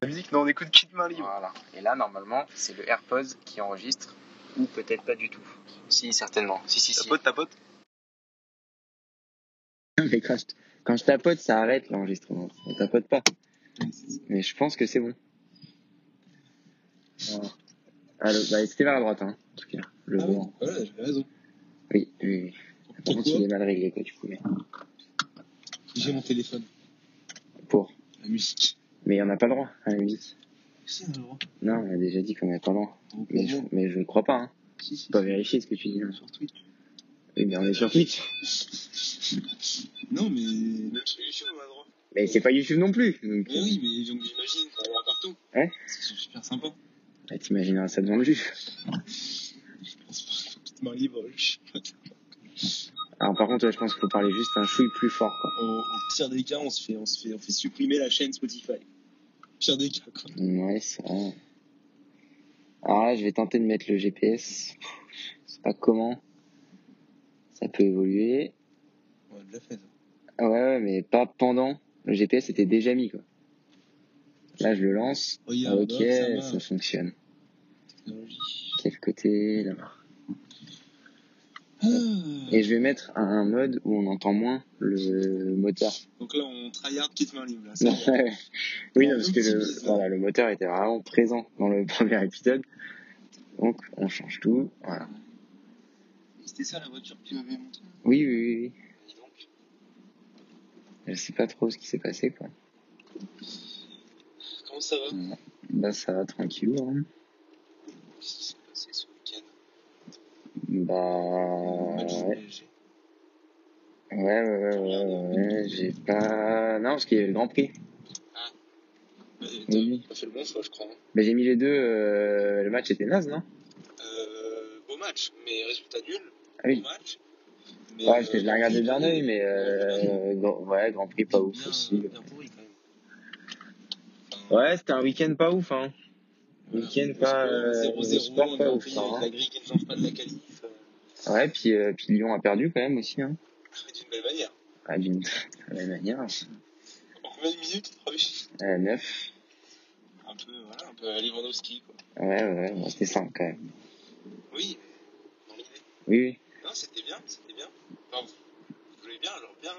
La musique, non, on écoute Kid Main Libre. Voilà. Et là, normalement, c'est le AirPods qui enregistre, ou peut-être pas du tout. Si, certainement. Si, si, si. Tapote, tapote. Mais quand je, quand je tapote, ça arrête l'enregistrement. On tapote pas. Mais je pense que c'est bon. Voilà. Allô, bah, c'était vers la droite, hein, en tout cas. Le Ah oui, vent. voilà, j'avais raison. Oui, oui, oui. Par contre, Pourquoi il est mal réglé, quoi, du coup. mais J'ai mon téléphone. Pour. La musique. Mais on n'a pas le droit à la musique. Si, on a le droit. Non, on a déjà dit qu'on n'avait pas le droit. Donc, Mais je, on- mais je ne crois pas, hein. si, si, Je peux pas si. vérifier ce que tu dis, hein. là. Sur Twitch. Eh Oui, mais on est sur Twitch. Non, mais. Même sur YouTube, on a droit. Mais c'est pas YouTube non plus. Donc, Mais oui, mais donc, J'imagine, on a droit partout. ils sont super sympas. bah, t'imagineras ça devant le jus. Je pense pas que toute main libre. je- Alors, par contre, ouais, je pense qu'il faut parler juste un chouille plus fort, quoi. Au, au pire des cas, on se fait, on se fait, on fait supprimer la chaîne Spotify. Pire des cas, quoi. Ouais, c'est vrai. Alors là, je vais tenter de mettre le GPS. Pff, Je sais pas comment. Ça peut évoluer. On a déjà fait ça. Ah ouais, ouais, mais pas pendant. Le GPS était déjà mis, quoi. Là, je le lance. Ah, Regarde, ok, hop, ça marche. ça fonctionne. Technologie. Quel côté, là Ah. Et je vais mettre un- un mode où on entend moins le moteur. Donc là, on tryhard quitte main libre. Là, c'est Non, bon. ouais. oui, non, Un parce tout que petit le, peu. voilà, le moteur était vraiment présent dans le premier épisode. Donc, on change tout. Voilà. C'était ça la voiture que tu m'avais montrée. Oui, oui, oui, oui. Dis donc. Je sais pas trop ce qui s'est passé, quoi. Comment ça va Bah, ça va tranquille. hein. Qu'est-ce qui s'est passé ce week-end Bah. Match du Ouais, PSG. ouais, ouais, ouais, ouais, ouais. J'ai pas. Non, parce qu'il y avait le Grand Prix. Euh, Oui, oui. T'as pas fait le bon choix, je crois. hein. Mais j'ai mis les deux. euh, Le match était naze, non Euh, beau match, mais résultat nul. Ah oui. Beau match. Mais, Ouais, parce que je l'ai euh, regardé il- d'un œil, mais. euh, grand- Ouais, Grand Prix pas ouf bien, aussi. bien pourri quand même. Enfin, Ouais, c'était un week-end pas ouf, hein. voilà. week-end pas, euh, le 0-0, sport on pas est en ouf, pays hein. avec la grille qui ne change pas de la qualif. euh, Ouais, puis, euh, puis Lyon a perdu quand même aussi, hein. mais D'une belle manière. Ah, d'une de la même manière. En combien de minutes trois minutes Euh, 9. Un peu, voilà, un peu à Lewandowski, quoi. Ouais, ouais, ouais, bon, c'était simple quand même. Oui, dans l'idée. Oui, oui. Non, c'était bien, c'était bien. Enfin, vous voulez bien, genre bien,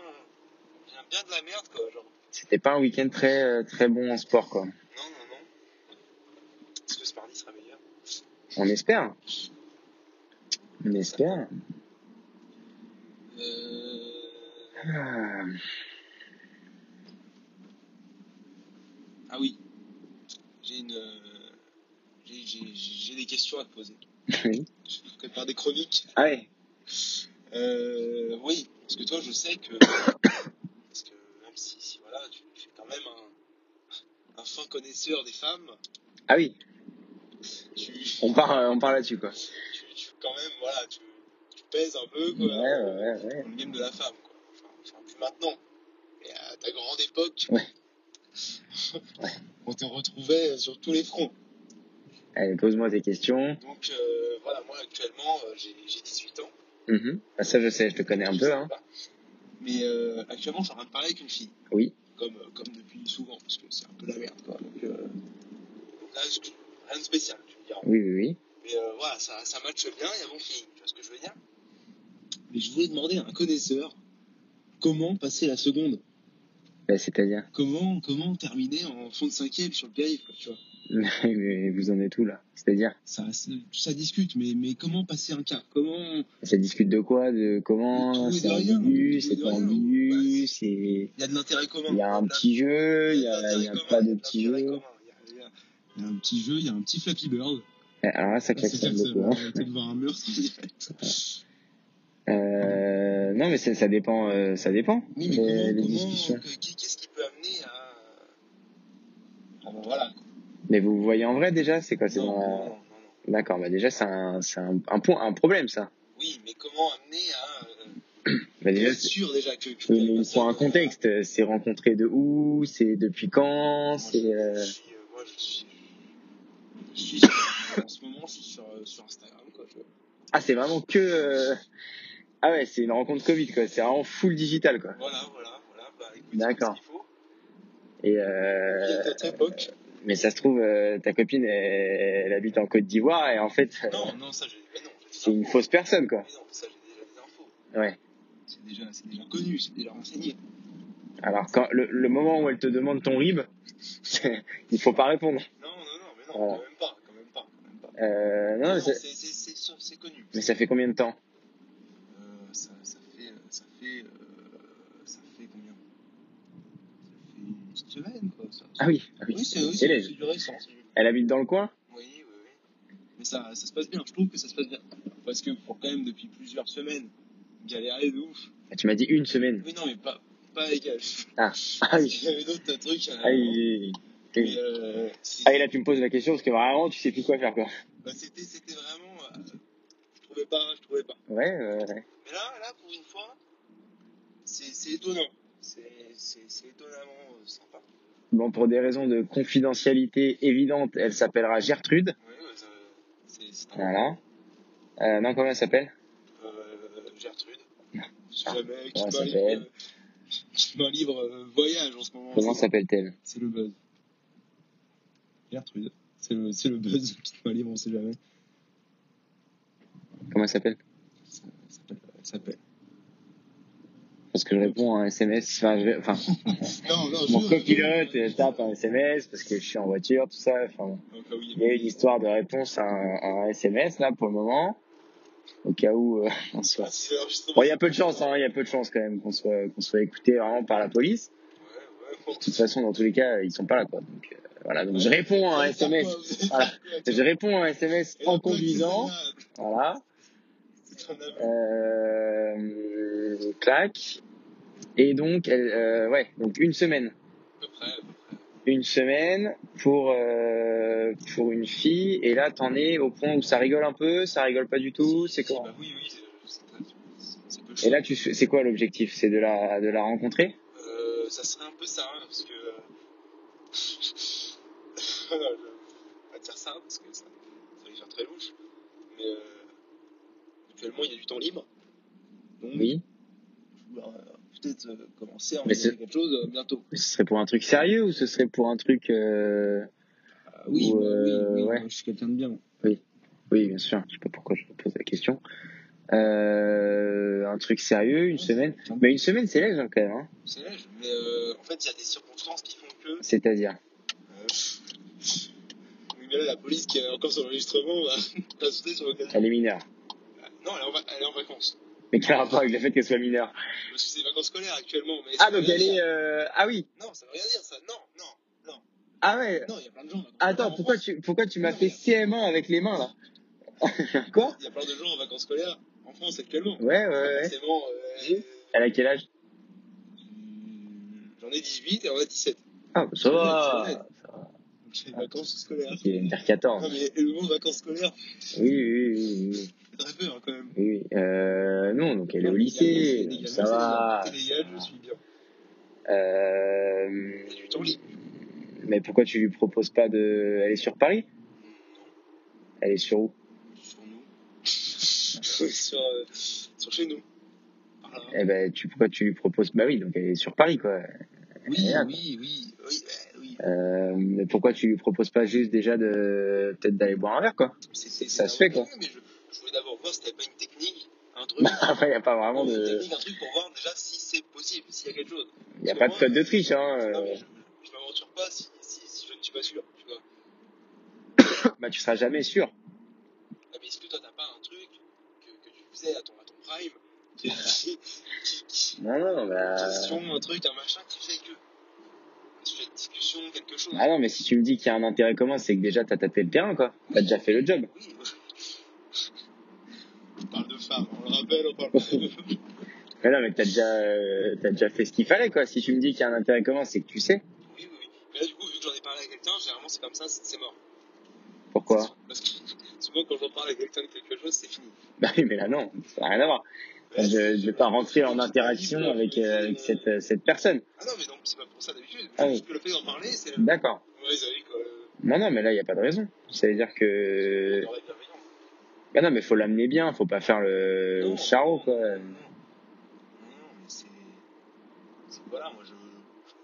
bien, bien de la merde, quoi. Genre, C'était pas un week-end très, euh, très bon en sport, quoi. non, non, non. Est-ce que ce mardi sera meilleur On espère. On espère. Euh... Ah, Ah oui, j'ai une, euh, j'ai- j'ai- j'ai des questions à te poser. Oui. Je prépare des chroniques. Ah ouais. Euh, oui, parce que toi, je sais que, parce que même si, si, voilà, tu, tu es quand même un, un fin connaisseur des femmes, Ah oui, tu, on part, euh, on part là-dessus, quoi. tu, tu- quand même, voilà, tu, tu pèses un peu, Ouais, quoi, ouais, ouais. ouais. dans le game de la femme, quoi. Enfin, enfin, plus maintenant, mais à ta grande époque, Ouais. on te retrouvait sur tous les fronts. Allez, pose-moi tes questions. Donc, euh, voilà, moi, actuellement, euh, j'ai j'ai 18 ans. Mm-hmm. Mhm. Bah, ça, je sais, je te connais un Je peu, sais hein. pas. Mais euh, actuellement, je suis en train de parler avec une fille. Oui. Comme, euh, comme depuis souvent, parce que c'est un peu la merde, quoi. Donc, euh, là, je- rien de spécial, tu me diras. Oui, oui, oui. Mais euh, voilà, ça, ça matche bien, il y a bon feeling, tu vois ce que je veux dire Mais je voulais demander à un connaisseur comment passer la seconde. Bah, c'est-à-dire. Comment, comment terminer en fond de cinquième sur le périph', quoi, tu vois Mais vous en êtes où, là C'est-à-dire. ça, ça, ça discute, mais, mais comment passer un quart Comment... Ça discute de quoi De De comment tout et C'est de rien, de ambigu, tout et c'est de pas rien. ambigu, Bah, c'est. Il y a de l'intérêt commun. Il y a un de la- petit jeu, il y de a, il y a l'intérêt commun, pas il y de a petit l'intérêt jeu. Euh, commun, il y a- il y a- il y a un petit jeu, il y a un petit Flappy Bird. Ah, Ouais, Alors là, ça C'est klaxonne clair que ça beaucoup. va hein. arrêter de voir un meurtre direct. Euh, non, mais c'est- ça dépend, euh, ça dépend. Oui, mais des- comment, des comment- discussions. que- qu'est-ce qui peut amener à... Ah ben voilà. quoi. Mais vous vous voyez en vrai déjà, c'est quoi C'est Non, dans non, la... non, non, non. D'accord, bah déjà c'est un, c'est un, un point, un problème ça. Oui, mais comment amener à... euh, Bah déjà, être c'est- sûr déjà que... que mais t'as il passé faut un contexte. euh, C'est rencontré de où C'est depuis quand Moi, je- C'est je euh, suis, euh, Moi, je suis... Je suis sur- en ce moment, je suis sur, euh, sur Instagram, quoi. tu vois. ah c'est vraiment que euh, ah ouais c'est une rencontre Covid quoi. C'est vraiment full digital quoi. Voilà, voilà, voilà. Bah, écoute, D'accord. c'est ce qu'il faut. Et Il y euh, a notre époque. Mais ça se trouve, euh, ta copine, elle, elle habite en Côte d'Ivoire et en fait, euh, Non, non, ça, j'ai. Mais non, j'ai des c'est une infos. fausse personne, quoi. Mais non, ça, j'ai déjà des infos. Ouais. C'est déjà, c'est déjà connu, c'est déjà renseigné. Alors, quand, le, le moment où elle te demande ton RIB, il faut pas répondre. Non, non, non, mais non, Voilà. quand même pas, quand même pas, quand même pas. Euh, non, Non, mais c'est- ça, c'est- c'est c'est- c'est connu. mais ça fait combien de temps Euh, ça, ça fait, euh, ça fait, euh, ça fait combien Ça fait une petite semaine, quoi. Ça. Ah oui, ah oui. oui, c'est oui, Elle c'est- est- c'est du récent. c'est du- Elle habite dans le coin Oui, oui, oui. Mais ça, ça se passe bien, je trouve que ça se passe bien. Parce que pour quand même, depuis plusieurs semaines, galérer de ouf. Ah, Tu m'as dit une semaine. Oui, non, mais pas, pas égal. Ah oui. Il y avait d'autres trucs. à- Ah, oui, oui, Mais, oui. euh, c'est- Ah, et là, tu me poses la question parce que vraiment, tu sais plus quoi faire, quoi. bah, c'était c'était vraiment. euh, je trouvais pas, je trouvais pas. Ouais, ouais, ouais. Mais là, là pour une fois, c'est c'est étonnant. C'est c'est- c'est étonnamment euh, sympa. Bon, pour des raisons de confidentialité évidente, elle s'appellera Gertrude. Ouais, ouais, ça- c'est c'est un Voilà. Euh, non, comment elle s'appelle euh, Gertrude. Je sais Ah, jamais comment qui ça m'a s'appelle libre, qui m'a libre euh, voyage en ce moment. Comment C'est- s'appelle-t-elle C'est le buzz. Gertrude. C'est le, c'est le buzz qui m'a libre, on sait jamais. Comment elle s'appelle Ça- ça s'appelle- Elle s'appelle. Parce que je réponds à un SMS. Enfin, je vais- enfin, Non, non, mon je- copilote euh, tape un SMS parce que je suis en voiture, tout ça. Enfin, bon. Au cas où il y a- Il y a eu une histoire de réponse à un, à un SMS là pour le moment, au cas où euh, on soit. Ah, c'est l'enregistrement. Bon, il y a peu de chance, hein, il y a peu de chance quand même qu'on soit qu'on soit écouté vraiment par la police. Ouais, ouais, bon. De toute façon, dans tous les cas, ils sont pas là quoi. Donc euh, voilà, donc je réponds à un Vous allez hein, SMS. faire quoi Vous allez Voilà. faire quoi, tiens Je réponds à un SMS Et en le truc, conduisant. Voilà. C'est ça, c'est un avion. Euh, clac. Et donc, elle, euh, ouais, donc une semaine. à peu près. Une semaine pour euh, pour une fille. Et là, t'en es au point où ça rigole un peu, ça rigole pas du tout. C'est comment Bah oui, oui, c'est- c'est pas- c'est peu Et chaud. là, tu, fais- c'est quoi l'objectif C'est de la, de la rencontrer Euh, ça serait un peu ça, hein, parce que. euh, je vais pas dire ça, parce que ça, ça va faire très louche. Mais euh, actuellement, il y a du temps libre. Donc, je vais vouloir, euh, peut-être euh, commencer à Mais organiser c'est- quelque chose euh, bientôt. Mais ce serait pour un truc sérieux ou ce serait pour un truc... euh, oui, Ou, bah, oui, euh, oui, ouais. moi, je suis quelqu'un de bien. Oui, bien sûr, je sais pas pourquoi je te pose la question. Euh, un truc sérieux, une semaine Mais une semaine, c'est léger quand même. Hein. C'est l'âge, mais euh, en fait, il y a des circonstances qui font que. C'est-à-dire Euh, Oui, mais là, la police qui est encore sur l'enregistrement va va sauter sur l'occasion. Elle est mineure. Non, elle est en, va- elle est en vacances. Mais quel rapport avec le fait qu'elle soit mineure Parce que c'est les vacances scolaires actuellement. Mais ça Ah, veut donc rien elle est... dire. euh, Ah oui Non, ça veut rien dire ça. Non, non, Ah ouais non, il y a plein de gens. Là, Attends, pourquoi tu, pourquoi tu m'as fait CM1 avec les mains, là Quoi Il y a plein de gens en vacances scolaires en France actuellement. Ouais, ouais, ouais. Forcément, euh, Oui. Elle a quel âge euh, j'en ai 18 et on a 17. Ah, ça va. va Donc, J'ai les vacances scolaires. Il est vers Non, 14. mais le mot vacances scolaires, Oui, oui, oui, oui. c'est très peur quand même. Oui, oui. euh, non, donc elle est au lycée, donc ça va. C'est légal, je suis bien. Euh, Il y a du temps libre. mais pourquoi tu lui proposes pas de. Elle est sur Paris Elle est sur où Sur nous. sur, euh, sur chez nous. Par là. Eh ben, tu, pourquoi tu lui proposes. Bah oui, donc elle est sur Paris, quoi. Oui, merde. oui, oui, oui, bah, oui. Euh, mais pourquoi tu lui proposes pas juste déjà de. Peut-être d'aller boire un verre, quoi C'est- c'est- ça c'est se fait, un- quoi. Mais je, je voulais d'abord voir si t'avais pas une technique, un truc. Bah, après, y a pas vraiment Une de. technique, un truc pour voir déjà si c'est possible, s'il y a quelque chose. Y a pas de code de triche, hein. Non, euh. mais je, je m'aventure pas si, si, si je ne suis pas sûr, tu vois. Bah, tu seras jamais sûr. Ah, mais est-ce que toi t'as pas un truc que, que tu faisais à ton, à ton prime qui, qui, qui, qui- Non, non, bah. une question, un truc, un machin qui fait que. Un sujet de discussion, quelque chose. Ah non, mais si tu me dis qu'il y a un intérêt commun, c'est que déjà t'as tapé le terrain, quoi. T'as déjà fait le job. Oui. On parle de femmes, on le rappelle, on parle de Mais non, mais t'as déjà, euh, t'as déjà fait ce qu'il fallait, quoi. Si tu me dis qu'il y a un intérêt commun, c'est que tu sais. Oui, oui, oui. Mais là, du coup, vu que j'en ai parlé à quelqu'un, généralement, c'est comme ça, c'est c'est mort. Pourquoi Parce que souvent, quand j'en parle à quelqu'un de quelque chose, c'est fini. Bah oui, mais là, non, ça n'a rien à voir. Je, je vais pas rentrer en interaction avec, euh, avec cette, euh, cette personne. Ah non, mais donc, c'est pas pour ça d'habitude. Ah oui. Mm. Juste que le fait d'en parler, c'est la D'accord. mauvaise avis, quoi. Euh, Non, non, mais là, il n'y a pas de raison. Ça veut dire que. on aurait bienveillant. Bah non, mais faut l'amener bien, faut pas faire le, le Non, charreau, non, euh, quoi. Non, non, non, mais c'est. c'est- Voilà, moi, je,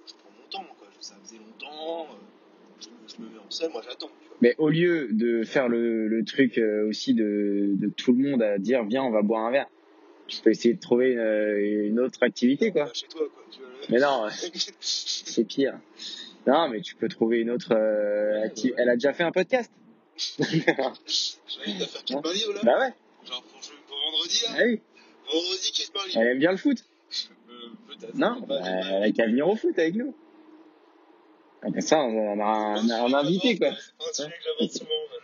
je prends mon temps, quoi. Je- Ça faisait longtemps. euh, Je, me- je me mets tu sais, moi j'attends. tu vois. Mais au lieu de faire le, le truc euh, aussi de, de tout le monde à dire viens on va boire un verre, je peux essayer de trouver une, euh, une autre activité quoi. Bah, Chez toi, quoi. tu vois. Mais non, c'est pire. Non mais tu peux trouver une autre euh, acti- Elle a déjà fait un podcast. J'ai envie de faire Kid Mario, là. Bah ouais, Genre pour, jeu- pour vendredi, là. bah oui. Vendredi, Kid Mario. Elle aime bien le foot. Euh, Peut-être. Non, Bah, bah, elle a qu'à venir au foot avec nous. Ah, Comme ça on on aura un, sujet un que invité quoi. j'avance, Un sujet Oh, que j'avance souvent. bah,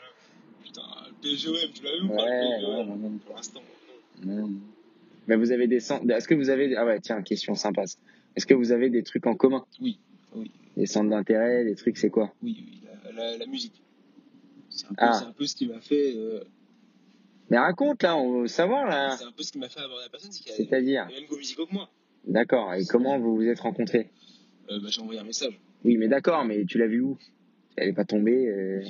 le- Putain, le PGOM, tu l'as vu ou Ouais, pas le ouais, PGOM non, non. Pour l'instant, non. Non. Mais Ben, vous avez des centres. Est-ce que vous avez. Ah ouais, tiens, question sympa. ça. Est-ce que vous avez des trucs en commun Oui. Oui. Des centres d'intérêt, des trucs, c'est quoi Oui, oui, la, la- la musique. C'est un, peu- Ah. c'est un peu ce qui m'a fait. euh, Mais raconte là, on veut savoir là. C'est un peu ce qui m'a fait aborder la personne, c'est qu'elle est C'est-à-dire. même go musicaux que moi. D'accord. Et comment vous vous êtes rencontrés Euh, bah, j'ai envoyé un message. Oui, mais d'accord, mais tu l'as vu où Elle est pas tombée euh,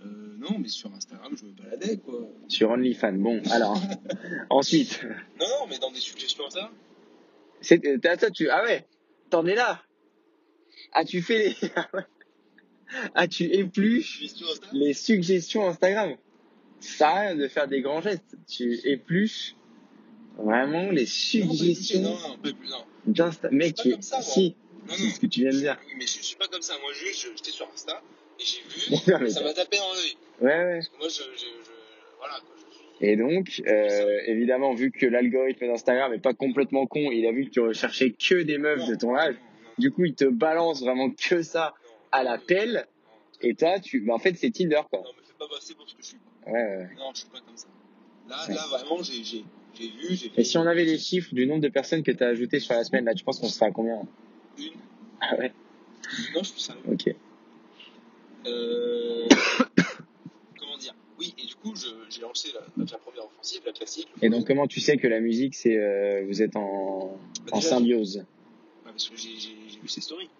Euh, non, mais sur Instagram, je me baladais, quoi. sur OnlyFans. Bon, alors. Ensuite. Non, non, mais dans des suggestions, ça. C'est... euh, t'as- t'as- tu... Ah ouais T'en es là Ah, tu fais les. Ah ouais. ah, tu épluches Suggestions, ça. les suggestions Instagram. Ça sert à rien de faire des grands gestes. Tu épluches vraiment les Non, pas du tout, suggestions non, non, pas plus, non. d'Insta. Mec, pas tu es. comme ça, moi. Si, Non, c'est non. ce que tu viens de dire. Oui, mais je, je suis pas comme ça. Moi, juste, je- j'étais sur Insta et j'ai Non, vu, mais ça m'a tapé dans l'œil. Ouais, ouais. Parce que moi, je. je, je- voilà, quoi. Je suis... Et donc, euh, évidemment, vu que l'algorithme d'Instagram est pas complètement con, il a vu que tu recherchais que des meufs Non, de ton non, âge. non, Du coup, il te balance vraiment que ça non, non, à la non, pelle. Et toi, tu. Bah, en fait, c'est Tinder, quoi. Non, non, me fais pas passer pour ce que je suis. Ouais, quoi. ouais. Non, je suis pas comme ça. Là, Ouais. là vraiment, j'ai j'ai- j'ai vu, j'ai Et si on avait les chiffres du nombre de personnes que tu as ajoutées sur la semaine, là, tu penses qu'on serait à combien Une. Ah ouais Non, je suis sérieux. Ok. Euh, comment dire Oui, et du coup, je- j'ai lancé la, donc la première offensive, la classique. Et donc, comment tu sais que la musique, c'est euh, vous êtes en, Bah, en déjà, symbiose j'ai- bah, Parce que j'ai j'ai- j'ai vu ses stories.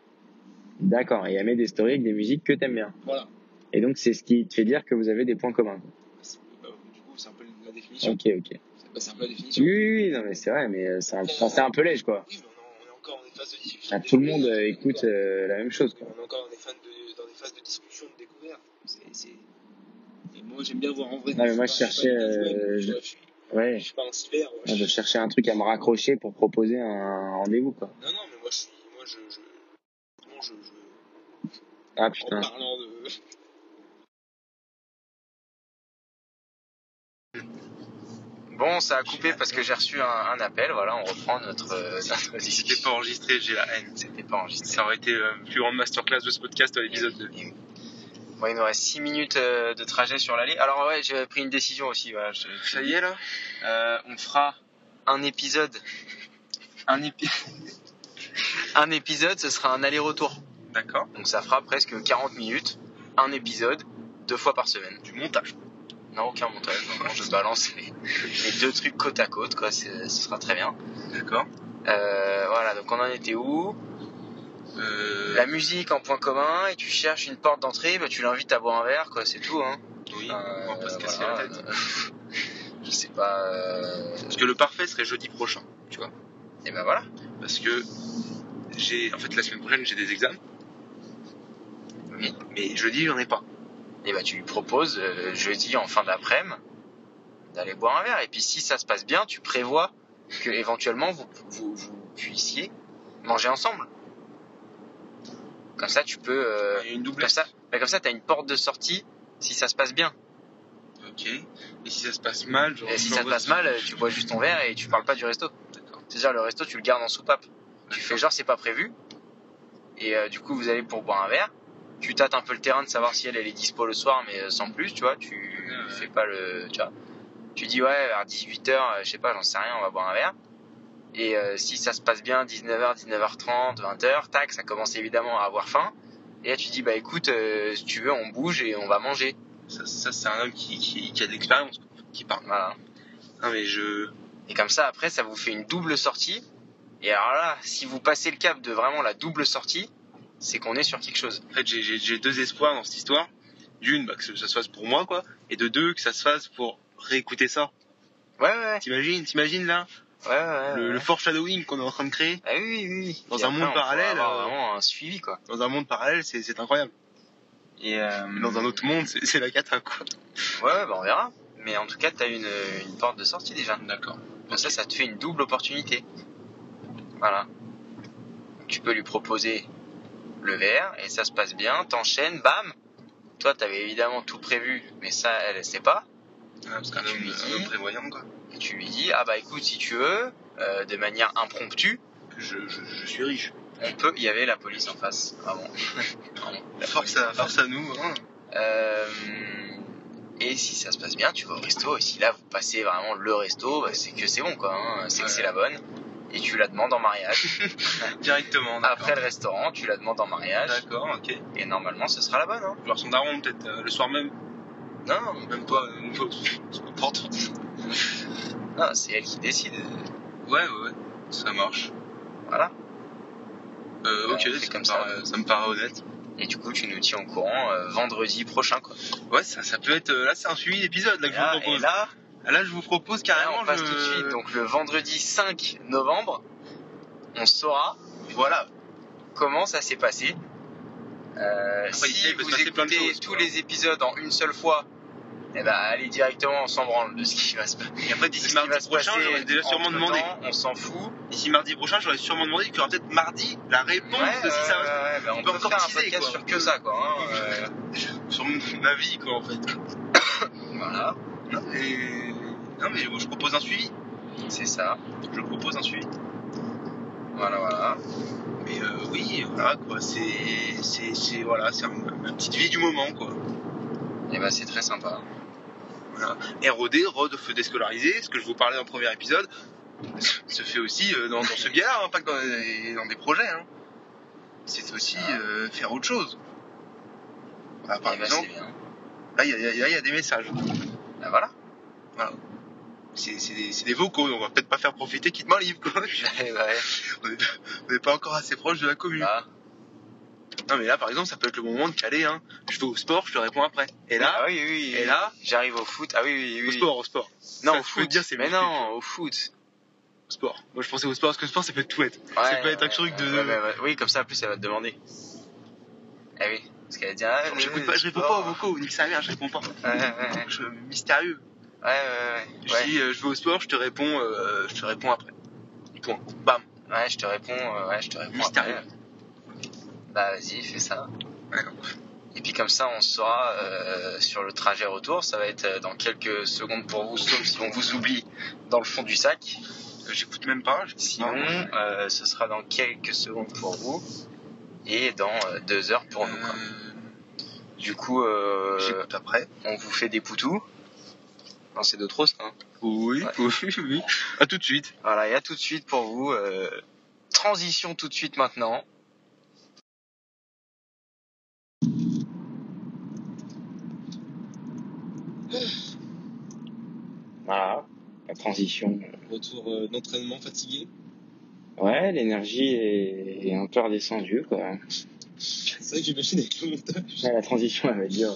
D'accord. Et elle met des stories avec des musiques que t'aimes bien. Voilà. Bah, Et donc, c'est ce qui te fait dire que vous avez des points communs. C'est- bah, du coup, c'est un peu la définition. Ok, ok. Bah, c'est un peu la Oui, définition. Oui, oui, oui, non, mais c'est vrai, mais euh, c'est un, enfin, c'est un peu léger, quoi. mais on, en- on est encore dans des phases de discussion. Enfin, tout le monde euh, écoute euh, la même chose, quoi. On est encore dans des, fans de- dans des phases de discussion, de découverte. C'est- c'est- Et moi, j'aime bien voir en vrai. Non, mais moi, je pas- cherchais, pas une euh, découverte, je- je, suis- Ouais. je suis pas un cyber. moi, Moi, je je- cherchais un truc à me raccrocher pour proposer un rendez-vous, quoi. Non, non, mais moi, je suis. Moi, je. je... Comment je, je... Ah, En putain. parlant de. Bon, ça a coupé parce que j'ai reçu un, un appel. Voilà, on reprend notre, euh, notre Si discussion. c'était pas enregistré, j'ai la haine. C'était pas enregistré. Ça aurait été euh, la plus grande masterclass de ce podcast à l'épisode 2. Bon, il nous reste 6 minutes euh, de trajet sur l'allée. Alors, ouais, j'ai pris une décision aussi. voilà, je- Ça y est là Euh, on fera un épisode. Un, épi- un épisode, ce sera un aller-retour. D'accord. Donc ça fera presque 40 minutes. Un épisode, deux fois par semaine. Du montage. Non, aucun montage. non, non, je balance les, les deux trucs côte à côte, quoi. c'est- Ce sera très bien. D'accord. Euh, voilà, donc on en était où Euh, La musique en point commun, et tu cherches une porte d'entrée, bah, tu l'invites à boire un verre, quoi, c'est tout. Hein. Oui, Euh, on va pas se casser voilà, la tête. euh, je sais pas. euh, Parce que le parfait serait jeudi prochain. Et ben voilà. Parce que j'ai. En fait, la semaine prochaine, j'ai des examens. Oui. Mais jeudi, j'en ai pas. et bah tu lui proposes euh, jeudi en fin d'après-midi d'aller boire un verre. Et puis si ça se passe bien, tu prévois que éventuellement vous, vous, vous puissiez manger ensemble. Comme ça, tu peux. euh, Il y a une comme doublette. ça, bah, comme ça, t'as une porte de sortie si ça se passe bien. Ok. Et si ça se passe mal, genre. Et si je ça te l'envoie- passe mal, euh, tu bois juste ton verre et tu parles pas du resto. D'accord. C'est-à-dire le resto, tu le gardes en soupape. Tu fais D'accord. genre c'est pas prévu. Et euh, du coup, vous allez pour boire un verre. Tu tâtes un peu le terrain de savoir si elle, elle est dispo le soir, mais euh, sans plus, tu vois. Tu Ouais, ouais. fais pas le. Tu vois. Tu dis ouais, vers 18h, je sais pas, j'en sais rien, on va boire un verre. Et euh, si ça se passe bien, 19h, 19h30, 20h, tac, ça commence évidemment à avoir faim. Et là, tu dis bah écoute, euh, si tu veux, on bouge et on va manger. Ça, ça, c'est un homme qui, qui, qui a de l'expérience, qui parle. Voilà. Non, mais je. Et comme ça, après, ça vous fait une double sortie. Et alors là, si vous passez le cap de vraiment la double sortie, c'est qu'on est sur quelque chose. En fait, j'ai- j'ai j'ai deux espoirs dans cette histoire. D'une, bah, que ça se fasse pour moi, quoi. Et de deux, que ça se fasse pour réécouter ça. Ouais, ouais, ouais. T'imagines, t'imagines là ouais, ouais, ouais. le, le foreshadowing qu'on est en train de créer Ah oui, oui, oui. Dans Et un après, monde on pourra parallèle, avoir euh, vraiment un suivi, quoi. dans un monde parallèle, c'est c'est incroyable. Et, euh, Dans un autre monde, c'est c'est la cata, quoi. Ouais, ouais, bah on verra. Mais en tout cas, t'as une, une porte de sortie déjà. D'accord. Donc ça, ça te fait une double opportunité. Voilà. Tu peux lui proposer le verre et ça se passe bien, t'enchaînes, bam Toi, t'avais évidemment tout prévu, mais ça, elle, elle sait pas. Ah, parce qu'un Tu homme, euh, lui dis- un homme prévoyant, quoi. Et tu lui dis, ah bah écoute, si tu veux, euh, de manière impromptue, Que je, je, je suis riche. on peut... Il y avait la police en face, Ah vraiment. Force à, force à nous, hein. Euh, et si ça se passe bien, tu vas au resto. Et si là, vous passez vraiment le resto, bah, c'est que c'est bon, quoi. hein. C'est que Ouais. c'est la bonne. Et tu la demandes en mariage. Directement. d'accord. Après le restaurant, tu la demandes en mariage. D'accord, ok. Et normalement, ce sera la bonne. Hein. Voir son daron, peut-être, euh, le soir même. Non, non, Même pas, euh, une fois. C'est pas important. non, c'est elle qui décide. Ouais, ouais, ouais. Ça marche. Voilà. Euh, ok, Ouais, c'est ça, comme me ça. paraît, ça me paraît honnête. Et du coup, tu nous tiens au courant euh, vendredi prochain, quoi. Ouais, ça, ça peut être. euh, Là, c'est un suivi d'épisode là, que Et là- je vous Ah, et propose. Ah, Là, là, je vous propose là, carrément. on passe je- tout de suite. Donc le vendredi 5 novembre, on saura Voilà. comment ça s'est passé. Euh, Après, si il peut se vous passer plein de écoutez choses, tous quoi. les épisodes en une seule fois, eh ben, allez directement, on s'en branle de ce qui va se, de Et après, ce d'ici qui mardi va se prochain, passer. j'aurais déjà sûrement entre-temps, demandé. on s'en fout. D'ici mardi prochain, j'aurais sûrement demandé qu'il y aura peut-être mardi la réponse Ouais, de si ça va. ouais, ouais, ben, on, on peut peut faire un encore teaser, podcast quoi. sur que ça, quoi. hein, euh, Sur m- ma vie, quoi, en fait. voilà, Non, mais. Non, mais je propose un suivi. c'est ça. Je propose un suivi. Voilà, voilà. Mais euh, oui, voilà, quoi. C'est. C'est. c'est- Voilà, c'est un- ma petite vie du moment, quoi. Et ben, c'est très sympa. ROD, Rod au feu déscolarisé, ce que je vous parlais dans le premier épisode, se fait aussi euh, dans, dans ce biais-là, hein, pas que dans, des- dans des projets. hein. C'est aussi Ah. euh, faire autre chose. Ah, Voilà, par Eh ben, exemple, c'est bien. là, il y, a- il y a- là, il y a des messages. Ben, voilà. C'est c'est des, c'est des vocaux, on va peut-être pas faire profiter Kid Malib, quoi. Eh ben, ouais. Ah. On n'est pas encore assez proche de la commune. Là. Non, mais là, par exemple, ça peut être le moment de caler. Hein. Je vais au sport, je te réponds après. Et là, Ah oui, oui, oui. et là j'arrive au foot. Ah oui, oui, oui. au sport, au sport. Ça, Non, au je peux foot. te dire, c'est Mais mon truc. non, au foot. Au sport. Moi, je pensais au sport parce que le sport, ça peut être tout être. Ouais, Ça peut être un truc de- ouais, ouais, ouais. Oui, comme ça, en plus, elle va te demander. Eh oui, parce qu'elle va dire. Ah, Genre, le- j'écoute pas, je réponds oh. pas aux vocaux, nique sa mère, je réponds pas. Ouais, ouais, ouais. Je- mystérieux. Ouais, ouais, Je ouais. dis, euh, je vais au sport, je te réponds, euh, je te réponds après. Point. Bam. Ouais, ouais, je te réponds. euh, Ouais, je te réponds. après. Mystérieux. Bah, vas-y, fais ça. D'accord. Et puis, comme ça, on saura euh, sur le trajet retour. Ça va être euh, dans quelques secondes pour vous, sauf si on vous oublie dans le fond du sac. Euh, J'écoute même pas. hein. j'écoute Sinon, pas. euh, ce sera dans quelques secondes pour vous. Et dans euh, deux heures pour nous. quoi. Euh, Du coup, euh, j'écoute après. on vous fait des poutous. Non, c'est de trop, ça. hein. Oui, Ouais. oui, oui. À tout de suite. Voilà, et à tout de suite pour vous. euh, transition tout de suite maintenant. Voilà, la transition. Retour euh, d'entraînement fatigué. Ouais, l'énergie est, est un peu redescendue, quoi. Ouais, C'est vrai que j'imagine avec le montage. la transition, elle va dire.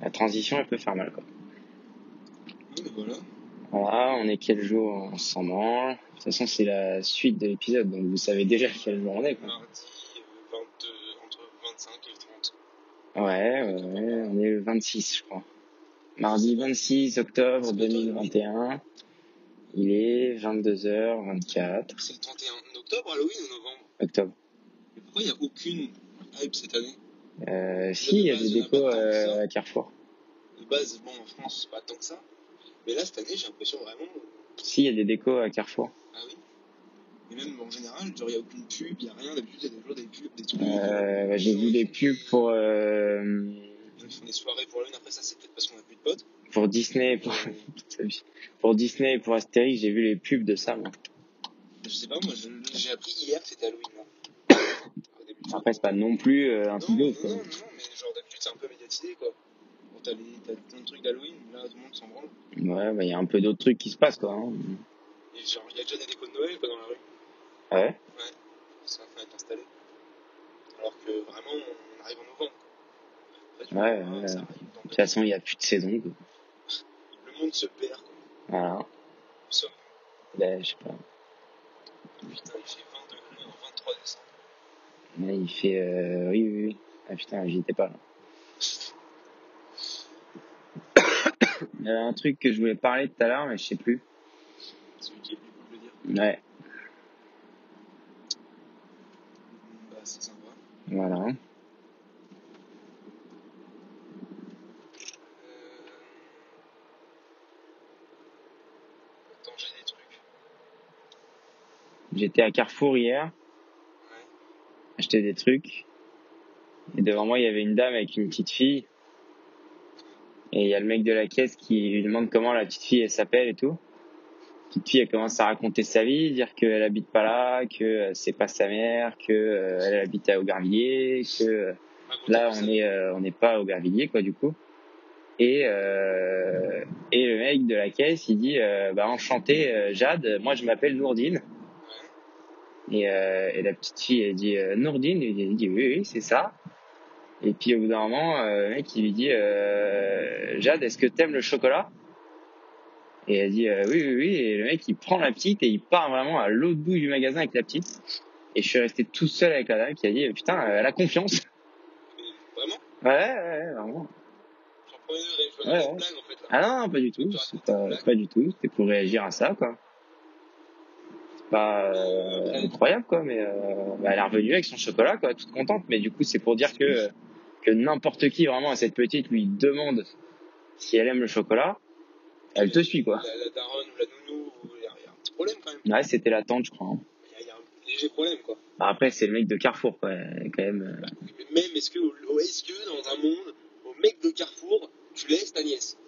La transition, elle peut faire mal, quoi. Oui, mais voilà. Voilà, ah, on est quel jour On s'en mange. De toute façon, c'est la suite de l'épisode, donc vous savez déjà quel jour on est, quoi. Mardi euh, 22, entre 25 et 30. Ouais, ouais, ouais, on est le 26, je crois. Mardi 26 octobre 2021. Il est 22h24, C'est le 31 octobre, Halloween ou novembre octobre. Mais pourquoi il n'y a aucune hype cette année Euh, si, il y a des décos euh, à Carrefour. De base, bon, en France, pas tant que ça. Mais là, cette année, j'ai l'impression vraiment. Si, il y a des décos à Carrefour. Ah oui Et même en général, genre, il n'y a aucune pub, il n'y a rien. D'habitude, il y a toujours des pubs, des trucs. Euh, bah, J'ai vu des pubs pour, euh, Ils font des soirées pour Halloween. Après, ça, c'est peut-être parce qu'on a plus de potes. pour Disney, pour, pour Disney et pour Astérix, j'ai vu les pubs de ça. moi. Je sais pas, moi, je- j'ai appris hier que c'était Halloween. Là. Au début, je- Après, c'est pas non plus euh, un non, pseudo, non, quoi. non, non, mais genre d'habitude c'est un peu médiatisé quoi. Bon, t'as les- t'as plein de trucs d'Halloween, là tout le monde s'en branle. Ouais, bah, il y a un peu d'autres trucs qui se passent, quoi. hein. Et genre, il y a déjà des décos de Noël quoi dans la rue. Ah Ouais. C'est en train d'être installé. Alors que vraiment, on arrive en novembre. quoi. Après, tu Ouais, vois, ouais. ça arrive dans De toute façon, il n'y a plus de saison, quoi. Le monde se perd quoi. Voilà. Nous sommes, Là, je sais pas. putain, il fait 20 degrés en 23 décembre. Là, il fait. euh, Oui, oui, oui. putain, j'y étais pas. là. Il Euh, y avait un truc que je voulais parler tout à l'heure, mais je sais plus. Celui qui est venu pour le dire. Ouais, Bah, c'est sympa. voilà. Attends, j'ai des trucs. J'étais à Carrefour hier, acheter des trucs. Et devant moi, il y avait une dame avec une petite fille. Et il y a le mec de la caisse qui lui demande comment la petite fille elle s'appelle et tout. La petite fille elle commence à raconter sa vie, dire qu'elle habite pas là, que euh, c'est pas sa mère, que euh, elle habite à Augarvilliers, que euh, là on est euh, on n'est pas au Aubervilliers quoi du coup et euh, et le mec de la caisse il dit euh, bah enchanté euh, Jade moi je m'appelle Nourdine et, euh, et la petite fille elle dit euh, Nourdine et il dit oui oui c'est ça et puis au bout d'un moment euh, le mec il lui dit euh, Jade est-ce que t'aimes le chocolat et elle dit euh, oui oui oui et le mec il prend la petite et il part vraiment à l'autre bout du magasin avec la petite et je suis resté tout seul avec la dame qui a dit putain elle a confiance Mais vraiment ouais ouais, ouais vraiment J'en prends une vraie, je vois Ouais, la ouais. blague en fait là. Ah non, non, pas du tout. C'est pas, pas du tout. C'était pour réagir à ça, quoi. C'est pas euh, incroyable, quoi. Mais euh, bah, elle est revenue avec son chocolat, quoi, toute contente. Mais du coup, c'est pour dire que euh, que n'importe qui, vraiment, à cette petite, lui demande si elle aime le chocolat, elle te suit, quoi. La, la daronne ou la nounou, il y, a il y a un petit problème quand même. Ouais, c'était la tante, je crois. hein. Il y, a- il y a un léger problème quoi. Bah, Après, c'est le mec de Carrefour, quoi. Quand même. euh, Mais même est-ce que, au- est-ce que dans un monde, au mec de Carrefour, tu laisses ta nièce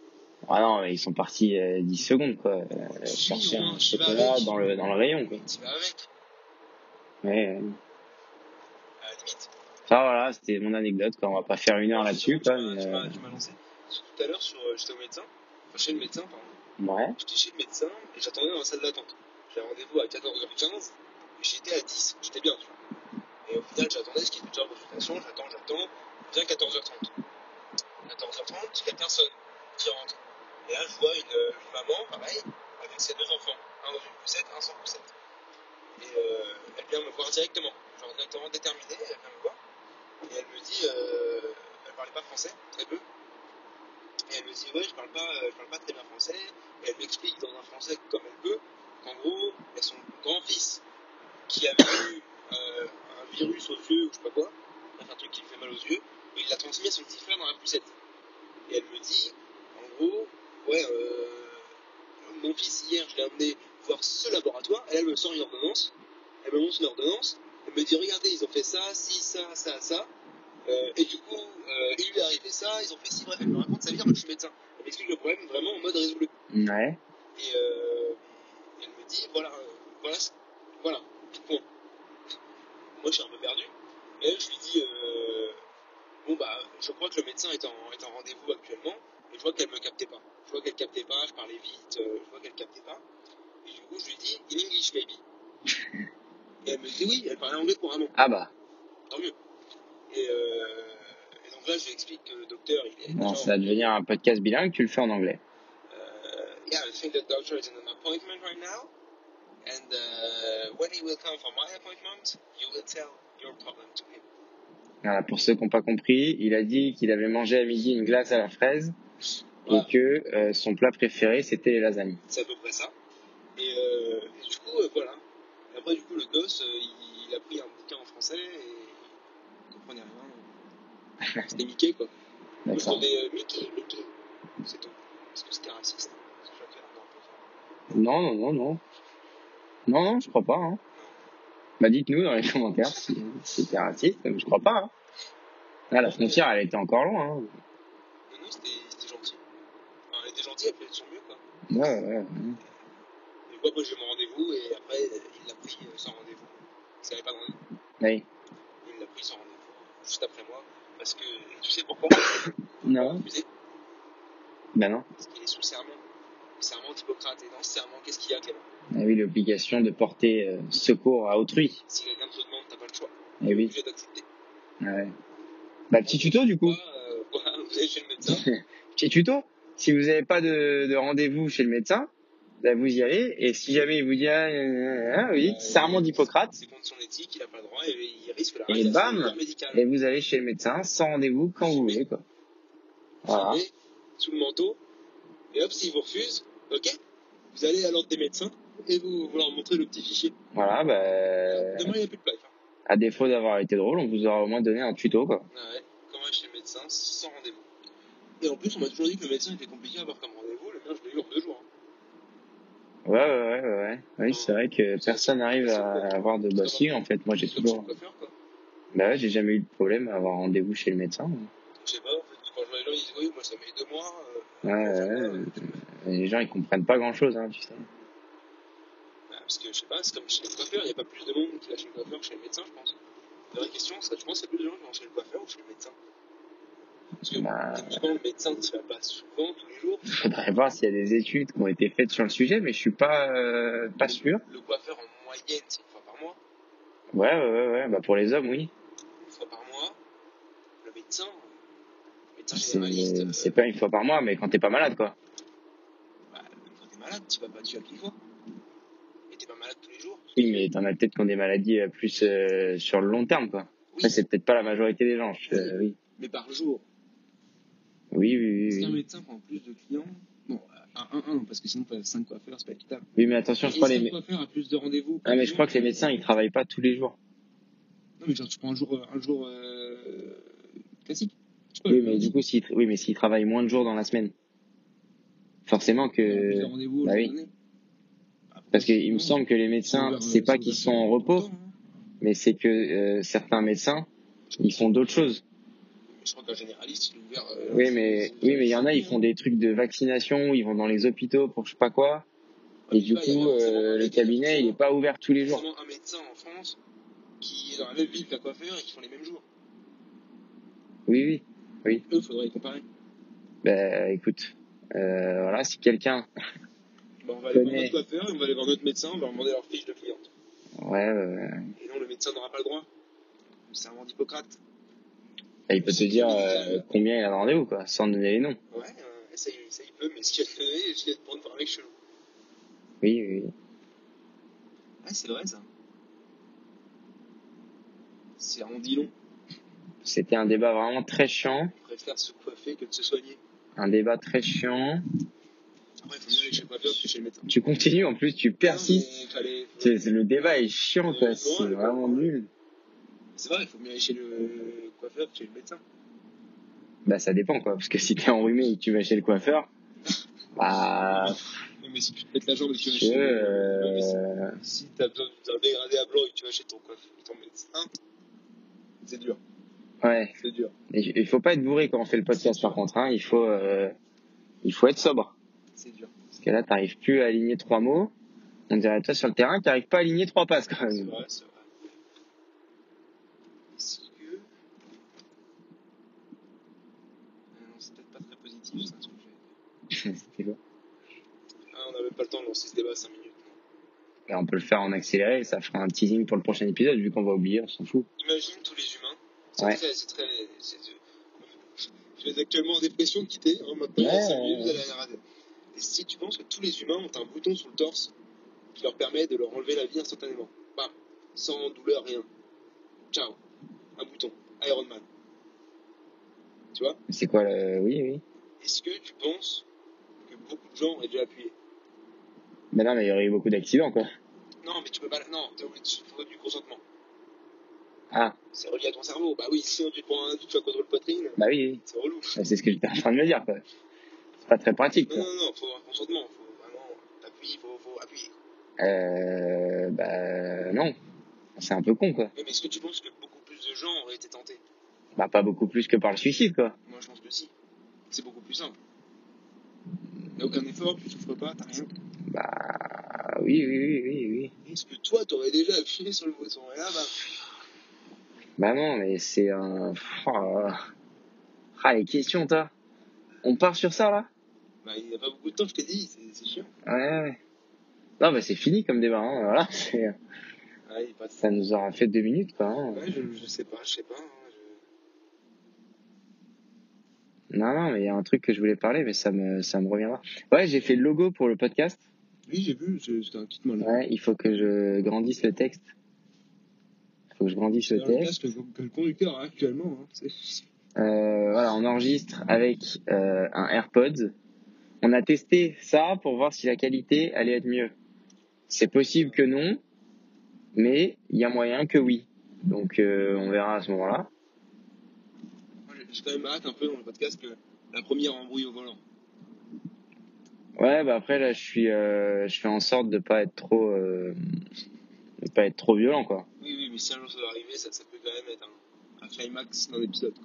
Ah non, mais ils sont partis euh, 10 secondes, quoi. euh, chercher un chocolat dans le dans le rayon, quoi. Tu vas avec, Mais euh, à la limite. ça, voilà, c'était mon anecdote, quoi. On va pas faire une heure là-dessus, Tu quoi. m'as- mais, tu euh, m'as- Tu m'as lancé. Sur- Tout à l'heure, sur, euh, j'étais au médecin, enfin, chez le médecin, pardon. Ouais. J'étais chez le médecin et j'attendais dans la salle d'attente. J'avais rendez-vous à 14h15 et j'étais à 10. J'étais bien, tu vois. Et au final, j'attendais ce qui est déjà en consultation. J'attends, j'attends. Viens 14h30. 14h30, il y a personne qui rentre. Et là, je vois une, euh, une maman, pareil, avec ses deux enfants. Un dans une poussette, un sans poussette. Et euh, elle vient me voir directement. Genre directement déterminée, elle vient me voir. Et elle me dit, euh, elle parlait pas français, très peu. Et elle me dit, ouais, je parle pas, euh, je parle pas très bien français. Et elle m'explique dans un français comme elle peut qu'en gros, elle a son grand-fils qui avait eu euh, un virus aux yeux ou je sais pas quoi, enfin, un truc qui lui fait mal aux yeux, et il l'a transmis à son petit frère dans la poussette. Et elle me dit, en gros, ouais, euh, mon fils hier, je l'ai amené voir ce laboratoire, elle, elle me sort une ordonnance, elle me montre une ordonnance, elle me dit, regardez, ils ont fait ça, si, ça, ça, ça. Euh, et du coup, euh, il lui est arrivé ça, ils ont fait ci, bref, elle me raconte sa vie alors que je suis médecin. Elle m'explique le problème vraiment en mode résolu. Ouais. Et euh, elle me dit, voilà, euh, voilà, ce- voilà, bon. Moi, je suis un peu perdu. Et elle, je lui dis, euh, bon, bah, je crois que le médecin est en, est en rendez-vous actuellement. Et je vois qu'elle me captait pas. Je vois qu'elle captait pas, je parlais vite, euh, je vois qu'elle captait pas. Et du coup, je lui dis, in English, baby. Et elle me dit, oui, elle parlait anglais couramment Ah bah, tant mieux. Et, euh, et donc là, je lui explique que le docteur, il est. non, genre, ça va devenir un podcast bilingue, tu le fais en anglais. euh, yeah, I think the doctor is in an appointment right now. And uh, when he will come for my appointment, you will tell your problem to him. Voilà, pour ceux qui n'ont pas compris, il a dit qu'il avait mangé à midi une glace à la fraise Voilà, et que euh, son plat préféré c'était les lasagnes. c'est à peu près ça. Et, euh, et du coup, euh, voilà. Et après, du coup, le gosse, euh, il, il a pris un bouquin en français et il comprenait rien. C'était Mickey, quoi. Moi, Je D'accord. trouvais euh, Mickey, Mickey. C'est tout. Parce que c'était raciste. hein. Parce que je l'avais encore un peu. Non, non, non, non. Non, non, je crois pas. Hein. Bah, dites-nous dans les commentaires si si c'était raciste, mais je crois pas. Hein. Là, la frontière, elle était encore loin. Hein. Non, non, c'était c'était gentil. Enfin, elle était gentille, elle faisait de son mieux, quoi. Ouais, ouais. Et quoi, moi j'ai mon rendez-vous et après euh, il l'a pris euh, sans rendez-vous. Il savait pas de rendez-vous. Oui. Il l'a pris sans rendez-vous, juste après moi. Parce que tu sais pourquoi Non. Tu sais, Bah non. Parce qu'il est sous serment. Le serment d'Hippocrate. Et dans ce serment, qu'est-ce qu'il y a, Clément Ah oui, l'obligation de porter euh, secours à autrui. Si quelqu'un te le demande, t'as pas le choix. Eh T'es oui. Ah obligé d'accepter. Ouais. Bah, petit tuto du coup. Moi, euh, voilà, vous allez chez le médecin. Petit tuto. Si vous n'avez pas de, de rendez-vous chez le médecin, Là, vous y allez, et si jamais il vous dit, ah, ah, ah, vous dites, serment d'Hippocrate, Euh, C'est contre son éthique, il a pas le droit et il risque la Et radiation bam du corps médical. et vous allez chez le médecin sans rendez-vous quand vous voulez, quoi. Voilà. Filmé, Sous le manteau. Et hop, s'il vous refuse, ok, vous allez à l'ordre des médecins et vous, vous leur montrez le petit fichier. Voilà, bah, Demain, il n'y a plus de plaque. hein. à défaut d'avoir été drôle, on vous aura au moins donné un tuto, quoi. Ah ouais, quand même chez le médecin, sans rendez-vous. Et en plus, on m'a toujours dit que le médecin était compliqué à avoir comme rendez-vous. Le mien, je l'ai eu en deux jours. hein. Ouais, ouais, ouais, ouais, ouais. Oui, c'est vrai que personne n'arrive à avoir de, bah, si, en fait, moi, j'ai Comme chez le toujours, coiffeur, quoi. bah, ouais, j'ai jamais eu de problème à avoir rendez-vous chez le médecin. Je sais pas, en fait, quand je vois les gens, ils disent oui, moi ça met deux mois. euh, Ouais, ouais, ouais. Et les gens, ils comprennent pas grand chose, hein, tu sais. Bah, Parce que je sais pas, c'est comme chez le coiffeur, il n'y a pas plus de monde qui va chez le coiffeur que chez le médecin, je pense. La vraie question, c'est je pense qu'il y a plus de gens qui vont chez le coiffeur ou chez le médecin. Parce que Bah. techniquement, le médecin ne se fait pas souvent, tous les jours. Faudrait voir s'il y a des études qui ont été faites sur le sujet, mais je suis pas, euh, pas sûr. Le coiffeur en moyenne, c'est une fois par mois. Ouais, ouais, ouais, ouais. Bah, pour les hommes, oui. Une fois par mois. Le médecin, euh, le médecin généraliste, C'est euh, c'est pas une fois par mois, mais quand t'es pas malade, quoi. bah, quand t'es malade, tu vas pas tuer à qui fois. Et t'es pas malade tous les jours. Oui, mais t'en as peut-être qui ont des maladies euh, plus euh, sur le long terme, quoi. Oui, Ça, c'est peut-être pas la majorité des gens. je- euh, oui. mais par jour. Oui, oui, Si oui, un oui. médecin prend plus de clients, non, à 1-1, parce que sinon, 5 coiffeurs, c'est pas équitable. Oui, mais attention, je crois les. mé- coiffeurs a plus de rendez-vous. euh, Ah, mais je crois que les médecins, ils travaillent pas tous les jours. Non, mais genre, tu prends un jour, euh, un jour euh, classique. Tu peux Oui, mais du coup, s'ils, tra- oui, mais s'ils travaillent moins de jours dans la semaine, forcément plus de que. rendez-vous. bah le oui. jour donné. Ah, Parce pourquoi qu'il me sinon, semble que les c'est médecins, ouvert, c'est euh, pas c'est qu'ils ouvert sont en tout le repos, temps, hein. mais c'est que euh, certains médecins, ils font d'autres choses. Mais Je crois qu'un généraliste, il est ouvert. euh, Oui, mais oui, mais il y en a, ils font des trucs de vaccination, ils vont dans les hôpitaux pour je sais pas quoi. Ah, Et mais du là, il y a coup, forcément euh, un le mec cabinet, qui- il est pas ouvert tous les Il y a jours. forcément un médecin en France qui est dans la même ville qu'un coiffeur et qui font les mêmes jours. Oui, oui. Eux, faudrait les comparer. Ben, écoute, euh, voilà, si quelqu'un, Bah, on va aller voir Connais. notre coiffeur, et on va aller voir notre médecin, on va leur demander leur fiche de client. ouais, euh, Et non, le médecin n'aura pas le droit. Le serment d'Hippocrate. bah, il peut te dire euh, combien il a de rendez-vous, quoi, sans donner les noms. Ouais, euh, ça, il, ça, il peut, mais ce qu'il a donné, je vais te prendre par les cheveux. Oui, oui. oui. Ah, c'est vrai, ça. C'est on dit long. C'était un débat vraiment très chiant, On préfère se coiffer que de se soigner. un débat très chiant. Après, il faut mieux aller chez le coiffeur que chez le médecin. Tu continues, en plus, tu persistes. Non, mais fallait- C'est- c'est- le débat est chiant, quoi. C'est vraiment nul. C'est vrai, il faut mieux aller chez le coiffeur que chez le médecin. Bah, ça dépend, quoi, parce que si t'es enrhumé et que tu vas chez le coiffeur, bah, Non, mais si tu te pètes la jambe et que tu vas tu chez veux, le Non, mais euh, Si t'as besoin d'un dégradé à blanc et que tu vas chez ton coiffeur, ton médecin, c'est dur, euh, ouais. c'est dur. Mais Il faut pas être bourré quand on fait le podcast, par contre, hein. Il faut, euh, il faut être sobre. C'est dur. Parce que là, t'arrives plus à aligner trois mots. On dirait toi sur le terrain, t'arrives pas à aligner trois passes quand C'est même. vrai, c'est vrai. Est-ce que. Euh, Ah non, c'est peut-être pas très positif, ça, ce que j'ai. C'était quoi Ah, on n'avait pas le temps de lancer ce débat à 5 minutes. Et non. on peut le faire en accéléré, ça fera un teasing pour le prochain épisode, vu qu'on va oublier, on s'en fout. Imagine tous les humains. C'est Ouais. très. C'est très c'est- c'est- Je vais actuellement en dépression de quitter. hein, maintenant, Ouais. ouais. 5 minutes, vous allez à la radio. Et si tu penses que tous les humains ont un bouton sur le torse qui leur permet de leur enlever la vie instantanément. Bam. Sans douleur, rien. Ciao. Un bouton. Iron Man. Tu vois C'est quoi le. Oui, oui. Est-ce que tu penses que beaucoup de gens aient déjà appuyé Mais non, mais il y aurait eu beaucoup d'accidents, quoi. Non, mais tu peux pas. Non, t'as oublié de faut du consentement. Ah, C'est relié à ton cerveau. Bah oui, sinon tu te prends un, tu te fais contre le poitrine, bah oui, oui. c'est relou. Bah, C'est ce que j'étais en train de me dire, quoi. C'est pas très pratique, Non, quoi. non, non, faut un consentement. Faut vraiment. T'appuies, faut, faut appuyer. Euh. Bah. Non. C'est un peu con, quoi. Oui, mais est-ce que tu penses que beaucoup plus de gens auraient été tentés Bah, pas beaucoup plus que par le suicide, quoi. Moi, je pense que si. C'est beaucoup plus simple. T'as aucun effort, tu souffres pas, t'as rien. Bah. Oui, oui, oui, oui, oui. Est-ce que toi, t'aurais déjà appuyé sur le bouton Et là, bah. Bah non, mais c'est un. Oh là là. Ah, les questions, toi. On part sur ça, là bah, il n'y a pas beaucoup de temps, je t'ai dit, c'est c'est chiant. Ouais, ouais. Non, bah c'est fini comme débat. Hein. Voilà, c'est- Ouais, Ah, il passe. ça nous aura fait deux minutes, quoi. hein. Ouais, je, je sais pas, je sais pas. hein, je- Non, non, mais il y a un truc que je voulais parler, mais ça me, ça me reviendra. Ouais, j'ai fait le logo pour le podcast. Oui, j'ai vu, c'est- c'était un kit mal. Ouais, il faut que je grandisse le texte. Il faut que je grandisse le C'est un texte. casque que, que le conducteur a actuellement. Hein. C'est- Euh, voilà, on enregistre avec euh, un AirPods. On a testé ça pour voir si la qualité allait être mieux. C'est possible que non, mais il y a moyen que oui. Donc euh, on verra à ce moment-là. Moi, j'ai- J'ai quand même hâte un peu dans le podcast que la première embrouille au volant. Ouais, bah après là, je suis, euh, je fais en sorte de pas être trop, euh, de pas être trop violent quoi. Oui, oui, mais si un jour ça doit arriver, ça, ça peut quand même être un, un climax d'un épisode. quoi.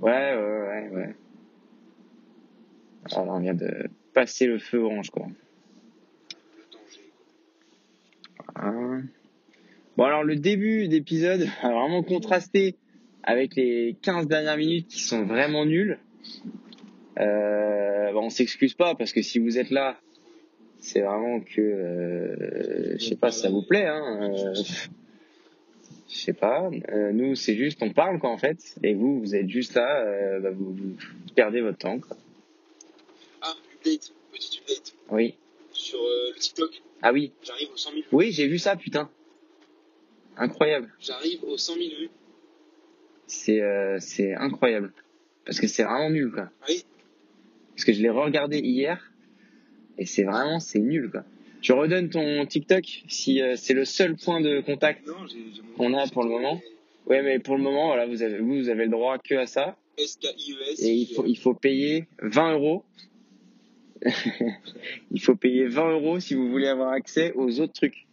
Ouais, ouais, ouais, ouais. Alors là, on vient de passer le feu orange quoi. Le danger. quoi. Hein. Bon, alors le début d'épisode a vraiment contrasté avec les 15 dernières minutes qui sont vraiment nulles. Euh, bah, on s'excuse pas parce que si vous êtes là, c'est vraiment que euh, je sais pas si ça vous plaît. Hein, euh, je sais pas. Euh, nous, c'est juste on parle quoi en fait. Et vous, vous êtes juste là, euh, bah, vous, vous perdez votre temps. Quoi. Ah, update, petite update. Oui. Sur euh, le TikTok, Ah oui. j'arrive aux 100 000 vues. Oui, j'ai vu ça, putain. Incroyable. J'arrive aux 100 000 vues. c'est euh, c'est incroyable parce que c'est vraiment nul quoi Oui. parce que je l'ai regardé hier et c'est vraiment c'est nul quoi tu redonnes ton TikTok si euh, c'est le seul point de contact Non, j'ai j'ai mon. On a pour le moment. ouais mais pour le moment voilà vous avez vous, vous avez le droit que à ça SKIES. et il faut il faut payer 20 euros il faut payer 20 euros si vous voulez avoir accès aux autres trucs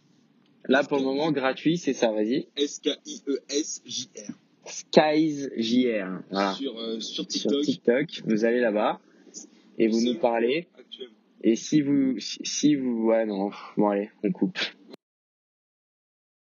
là pour le moment gratuit c'est ça vas-y SKIESJR. Skies JR voilà Sur, euh, sur Ah. sur TikTok. TikTok, vous allez là-bas et vous nous parlez. Actuellement. Et si vous, si, si vous, ouais non, bon allez, on coupe.